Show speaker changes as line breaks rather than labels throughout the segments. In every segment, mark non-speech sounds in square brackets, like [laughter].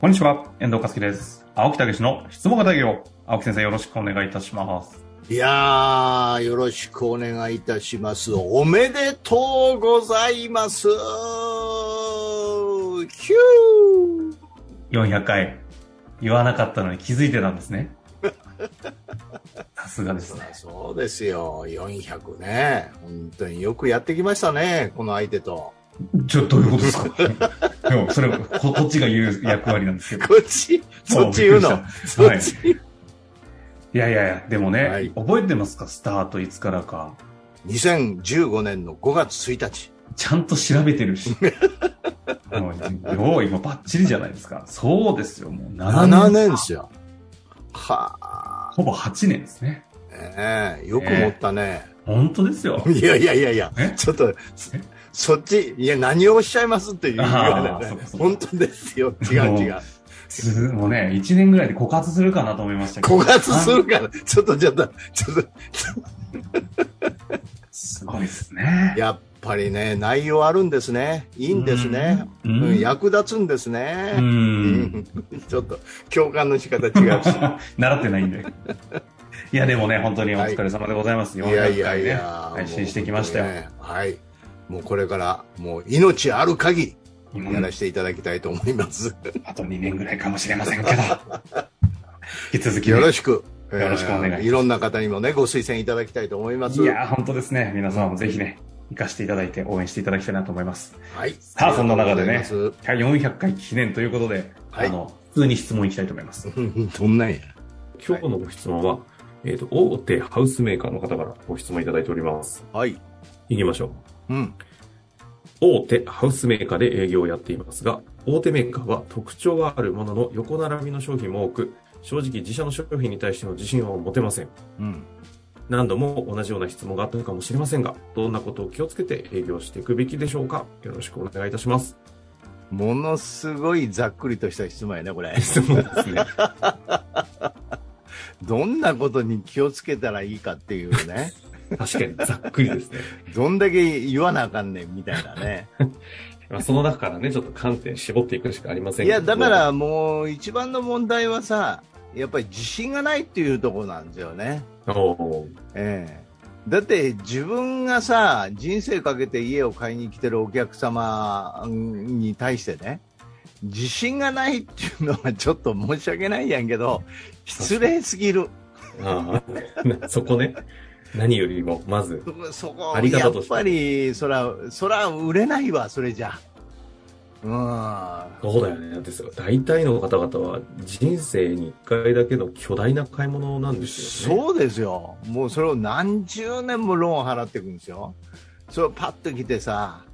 こんにちは、遠藤和樹です。青木武の質問型営業。青木先生、よろしくお願いいたします。
いやー、よろしくお願いいたします。おめでとうございます。キュ
ー !400 回。言わなかったのに気づいてたんですね。さすがですね。
そうですよ。400ね。本当によくやってきましたね。この相手と。
ちょ、どういうことですか [laughs] でも、それこ、こっちが言う役割なんですけど。
こっち [laughs] そっち言うのそっち、はい、い
やいやいや、でもね、はい、覚えてますかスタートいつからか。
2015年の5月1日。
ちゃんと調べてるし。
[laughs]
よう、今バッチリじゃないですか。そうですよ、もう
7年。7年ですよ。は
あ。ほぼ8年ですね。
ええー、よく持ったね、
えー。本当ですよ。
[laughs] いやいやいやいや、ちょっと、そっち、いや、何をおっしゃいますっていう言われ、ね、本当ですよ。違う違う。
すもうね、1年ぐらいで枯渇するかなと思いましたけど。
枯渇するかなちょっとちょっと、ちょっと。
すごいですね。
やっぱりね、内容あるんですね。いいんですね。うん、うん、役立つんですね。うん。 [laughs] ちょっと、共感の仕方違うし。
[laughs] 習ってないんで。いや、でもね、本当にお疲れ様でございます。
[laughs] はい、いやいやいや、
配信してきましたよ。ね、
はい。もうこれから、もう命ある限り、やらせていただきたいと思います。
うん、あと2年ぐらいかもしれません
[laughs]
けど。引き続き、
ね、よろしく。
よろしくお願いします、
いろんな方にもね、ご推薦いただきたいと思います。
いや、本当ですね。皆様もぜひね、生かしていただいて応援していただきたいなと思います。
はい。
さあ、そんな中でね、400回記念ということで、はい、あの、普通に質問いきたいと思います。
どんなんや。
今日のご質問は、えっ、ー、と、大手ハウスメーカーの方からご質問いただいております。
はい。
行きましょう。
うん、
大手ハウスメーカーで営業をやっていますが、大手メーカーは特徴はあるものの横並びの商品も多く、正直自社の商品に対しての自信は持てません。
うん、
何度も同じような質問があったのかもしれませんが、どんなことを気をつけて営業していくべきでしょうかよろしくお願いいたします。
ものすごいざっくりとした質問やね、これ。
そうですね。
どんなことに気をつけたらいいかっていう
[laughs]
ね。
確かにざっくりですね。
どんだけ言わなあかんねんみたい
[laughs]
なね。
まあその中からね、ちょっと観点絞っていくしかありません
いや、だからもう一番の問題はさ、やっぱり自信がないっていうところなんですよね。
お
ええー、だって自分がさ、人生かけて家を買いに来てるお客様に対してね、自信がないっていうのはちょっと申し訳ないやんけど、失礼すぎる。
ああ、 [laughs] そこね。何よりも、まず、
そこありがとうやっぱり、そら、そら、売れないわ、それじゃ。うん。
そうだよね。です大体の方々は、人生に一回だけの巨大な買い物なんです
よ、ね、そうですよ。もうそれを何十年もローン払っていくんですよ。それをパッと来てさ、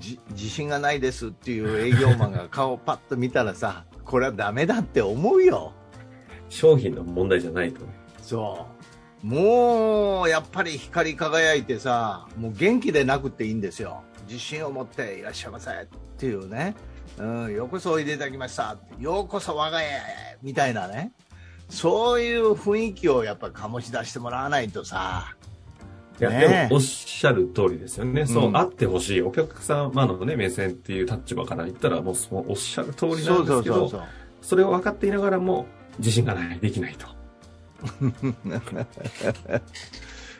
じ自信がないですっていう営業マンが顔をパッと見たらさ、これはダメだって思うよ。
商品の問題じゃないとね。
そう。もうやっぱり光り輝いてさ、もう元気でなくていいんですよ、自信を持っていらっしゃいませっていうね、うん、ようこそおいでいただきました、ようこそ我が家へみたいなね、そういう雰囲気をやっぱ醸し出してもらわないとさ。
いや、ね、でもおっしゃる通りですよね、うん、そうあってほしい、お客様の、ね、目線っていう立場から言ったら、もうそのおっしゃる通りなんですけど、そうそうそうそれを分かっていながらも、自信がない、できないと。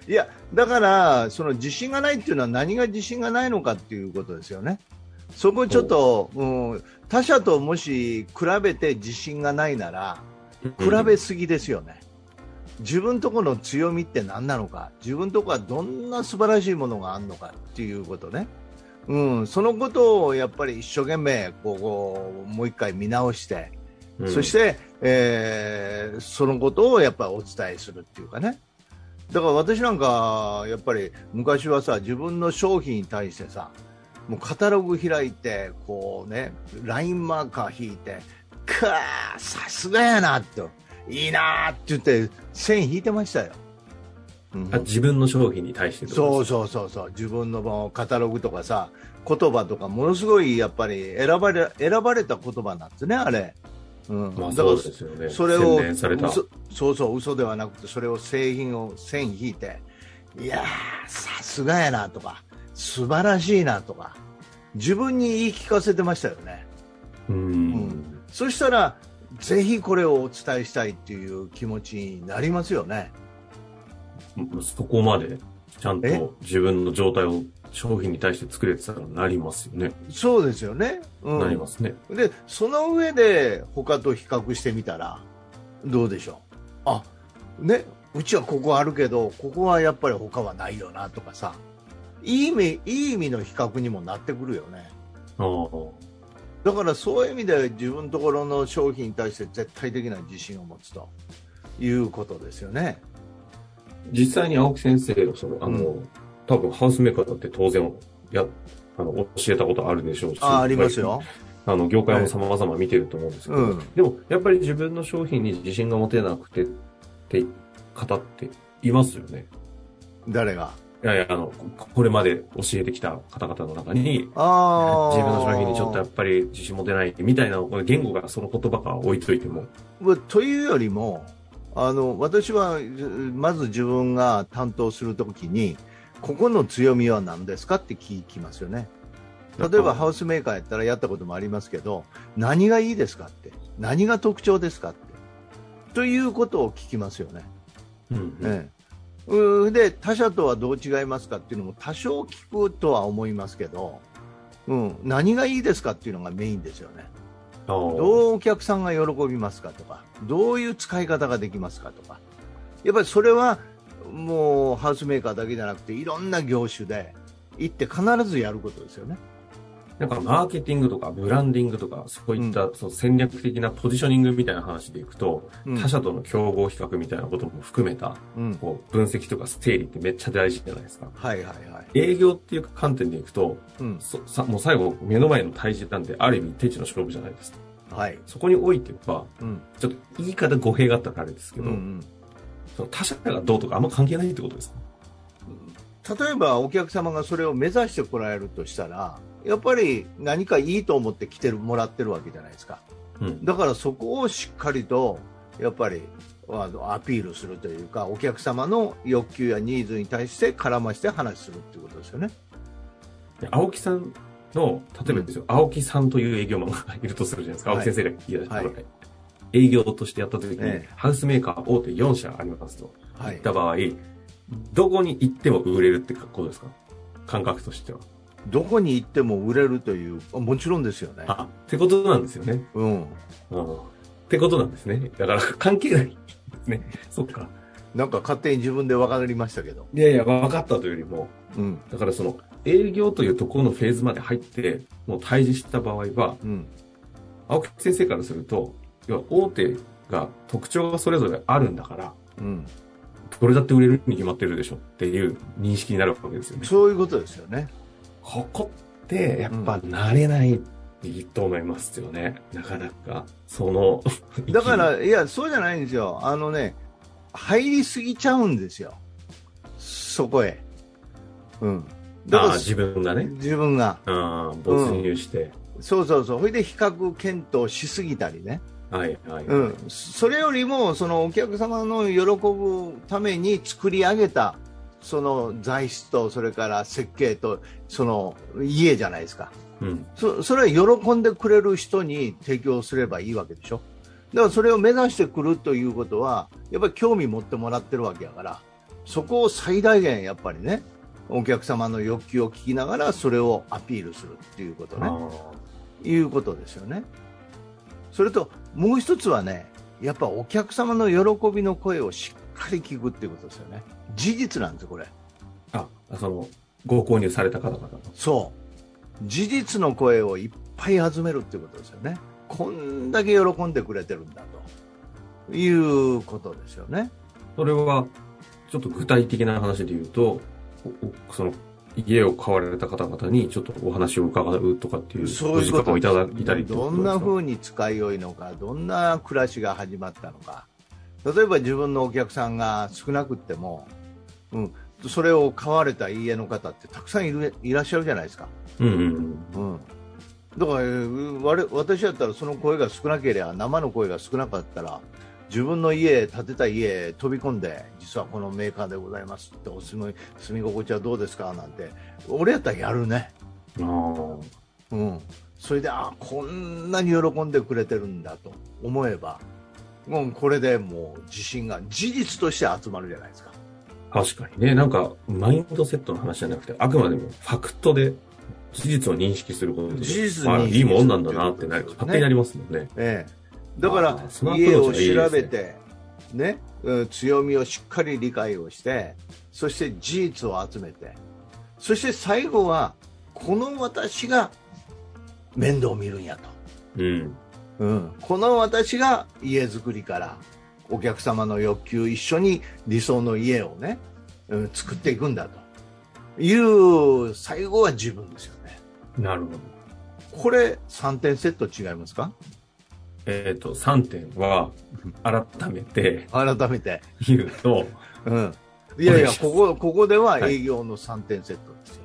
いや、だから、その自信がないっていうのは何が自信がないのかっていうことですよね。そこちょっと、うん、他者ともし比べて自信がないなら、比べすぎですよね。自分とこの強みって何なのか、自分とこはどんな素晴らしいものがあるのかっていうことね。うん、そのことをやっぱり一生懸命こうもう一回見直して、うん、そして、えー、そのことをやっぱりお伝えするっていうかね。だから私なんか、やっぱり昔はさ、自分の商品に対してさ、もうカタログ開いて、こうね、ラインマーカー引いて、くー、さすがやなと、いいなって言って、線引いてましたよ。
うん、あ自分の商品に対して
そうそうそうそう自分のカタログとかさ言葉とかものすごいやっぱり選ばれ選ばれた言葉なんですねあれ
うんまあ、そうですよね。
それをそうそう、嘘ではなくて、それを製品を線引いて、いやー、さすがやなとか、素晴らしいなとか、自分に言い聞かせてましたよね。
うん、
そしたら、ぜひこれをお伝えしたいっていう気持ちになりますよね。
そこまで、ちゃんと自分の状態を商品に対して作れてたらなりますよね。
そうですよね。うん、
なりますね。
で、その上で他と比較してみたら、どうでしょう。あ、ね、うちはここあるけど、ここはやっぱり他はないよなとかさ、いい意味、いい意味の比較にもなってくるよね。
ああ。
だからそういう意味で自分のところの商品に対して絶対的な自信を持つということですよね。
実際に青木先生のその、あの、うん、多分ハウスメーカーだって当然やあの教えたことあるでしょうし
あありますよ
あの業界も様々見てると思うんですけど、はいうん、でもやっぱり自分の商品に自信が持てなくてって方っていますよね
誰が
いやいやあのこれまで教えてきた方々の中に
あ
自分の商品にちょっとやっぱり自信持てないみたいな言語がその言葉が置いといても。
というよりもあの私はまず自分が担当するときにここの強みは何ですかって聞きますよね。例えばハウスメーカーやったらやったこともありますけど、何がいいですかって、何が特徴ですかって、ということを聞きますよね。
うん、
ねうで、他社とはどう違いますかっていうのも多少聞くとは思いますけど、うん、何がいいですかっていうのがメインですよね。どうお客さんが喜びますかとか、どういう使い方ができますかとか、やっぱりそれはもうハウスメーカーだけじゃなくていろんな業種で行って必ずやることですよね。
なんかマーケティングとかブランディングとかそういったその戦略的なポジショニングみたいな話でいくと、うん、他社との競合比較みたいなことも含めた、うん、こう分析とか整理ってめっちゃ大事じゃないですか。、
はいはいはい
営業っていう観点でいくと、
うん、
そさもう最後目の前の対峙なんてある意味定置の勝負じゃないです
か。はい、
そこにおいては、
うん、
ちょっと言い方語弊があったからあれですけど、
うんうん
その他社がどうとかあんま関係ないってことですか
例えばお客様がそれを目指してこられるとしたらやっぱり何かいいと思って来てるもらってるわけじゃないですか、
うん、
だからそこをしっかりとやっぱりあのアピールするというかお客様の欲求やニーズに対して絡まして話するっていうことですよね
青木さんの例えばですよ、うん、青木さんという営業マンがいるとするじゃないですか、はい、青木先生が言い出した、はいはい営業としてやった時に、ええ、ハウスメーカー大手4社ありますと、はい、言った場合、どこに行っても売れるって格好ですか感覚としては。
どこに行っても売れるという、もちろんですよね。
あ、ってことなんですよね。
うん。
うん、ってことなんですね。だから関係ないですね。そっか。
なんか勝手に自分で分かりましたけど。
いやいや、分かったというよりも、
うん、
だからその、営業というところのフェーズまで入って、もう退治した場合は、
うん、
青木先生からすると、要は大手が特徴がそれぞれあるんだから、
うん、
これだって売れるに決まってるでしょっていう認識になるわけですよね。
そういうことですよね。
ここってやっぱ慣れない、と思いますよね。うん、なかなか、その
だから、いや、そうじゃないんですよ。あのね、入りすぎちゃうんですよ。そこへ。うん。
だから自分がね。
自分が。
うん、没入して、
うん、そうそうそう。ほいで比較検討しすぎたりね。
はいはい、はい、
うん、それよりもそのお客様の喜ぶために作り上げたその材質とそれから設計とその家じゃないですか、
うん、
そそれは喜んでくれる人に提供すればいいわけでしょだからそれを目指してくるということはやっぱり興味持ってもらってるわけやからそこを最大限やっぱりねお客様の欲求を聞きながらそれをアピールするっていうことねいうことですよね。それともう一つはね、やっぱお客様の喜びの声をしっかり聞くっていうことですよね。事実なんですよ、これ。
あ、その、ご購入された方々
そう。事実の声をいっぱい集めるっていうことですよね。こんだけ喜んでくれてるんだと。いうことですよね。
それは、ちょっと具体的な話で言うと、その、家を買われた方々にちょっとお話を伺うとかっていう
そういう
時間をいただいたり
どんなふうに使いよいのかどんな暮らしが始まったのか例えば自分のお客さんが少なくっても、うん、それを買われた家の方ってたくさんいるいらっしゃるじゃないですか。
うんうん
うん、うん、だから私だったらその声が少なければ生の声が少なかったら自分の家、建てた家飛び込んで実はこのメーカーでございますってお住み住み心地はどうですかなんて俺やったらやるね、、
うん
それであこんなに喜んでくれてるんだと思えばもうこれでもう自信が事実として集まるじゃないですか
確かにね、なんか、マインドセットの話じゃなくて、あくまでもファクトで事実を認識することで、
事実
あ
に
いいもんなんだなってなる、勝手になりますもんね。
ええ、だか
あ
ら
ーそのアプ
家
ロー
を
チがい
調
いですね
べてねうん強みをしっかり理解をしてそして事実を集めてそして最後はこの私が面倒を見るんやと。
うん。
うん、この私が家づくりからお客様の欲求一緒に理想の家をね、うん、作っていくんだという最後は自分ですよね
なるほど。
これ3点セット違いますか
えっ、と、3点は、改めて
改めて、
言うと、
うん、いやい
お願いし
や
ます
ここここでは
はい
営業の3点セットですよ、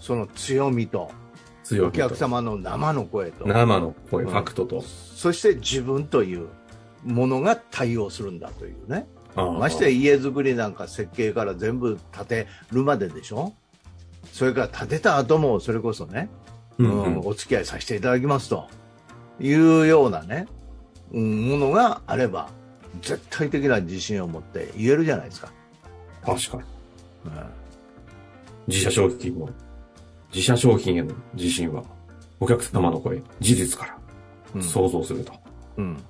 その強みと
強
お
みと
客様の生の声と
生の声、
うん
ファクトと。
そして自分というものが対応するんだというね
あー
ましてや家づくりなんか設計から全部建てるまででしょそれから建てた後もそれこそね、
うんう
うん
ん、
お付き合いさせていただきますというようなね、うん、ものがあれば絶対的な自信を持って言えるじゃないですか、
確かに。
うん
自社商品の、自社商品への自信は、お客様の声、事実か
うん
ら想像すると。
うん、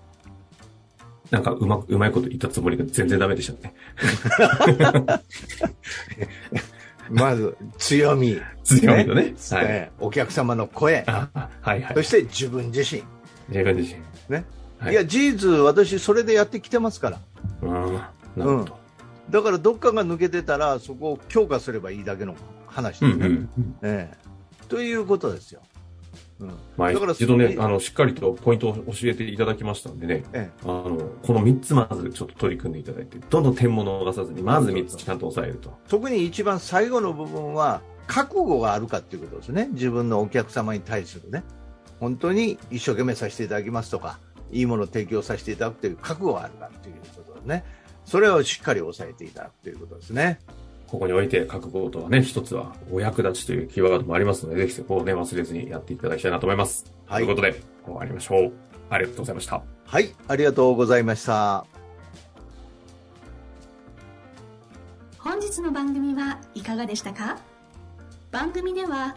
なんか、うまく、うまいこと言ったつもりが全然ダメでしたね。
まず強み、
強みのね。 [laughs] はい。
ねお客様の声
あ、はいはい
そ。して自分自身、
自分自身。
ね、
はいい
や事実私それでやってきてますから
うん。なるほど。
だからどっかが抜けてたらそこを強化すればいいだけの話で
う
すね、
んうん。
ええ、ということですよ。うん
まあ、
だから
一度
そ
ね、
れ
あの、しっかりとポイントを教えていただきましたんでね。
え
あの、この3つまずちょっと取り組んでいただいて、どんどん点も逃さずに、まず3つちゃんと押さえると。
え、特に一番最後の部分は覚悟があるかということですね、自分のお客様に対するね、本当に一生懸命させていただきますとか、いいものを提供させていただくという覚悟があるかということですね、それをしっかり押さえていただくということですね。
ここにおいて、覚悟とはね、一つは、お役立ちというキーワードもありますので、ぜひそこをね、忘れずにやっていただきたいなと思います。
はい
ということで、終わりましょう。ありがとうございました。
はい、ありがとうございました。
本日の番組はいかがでしたか番組では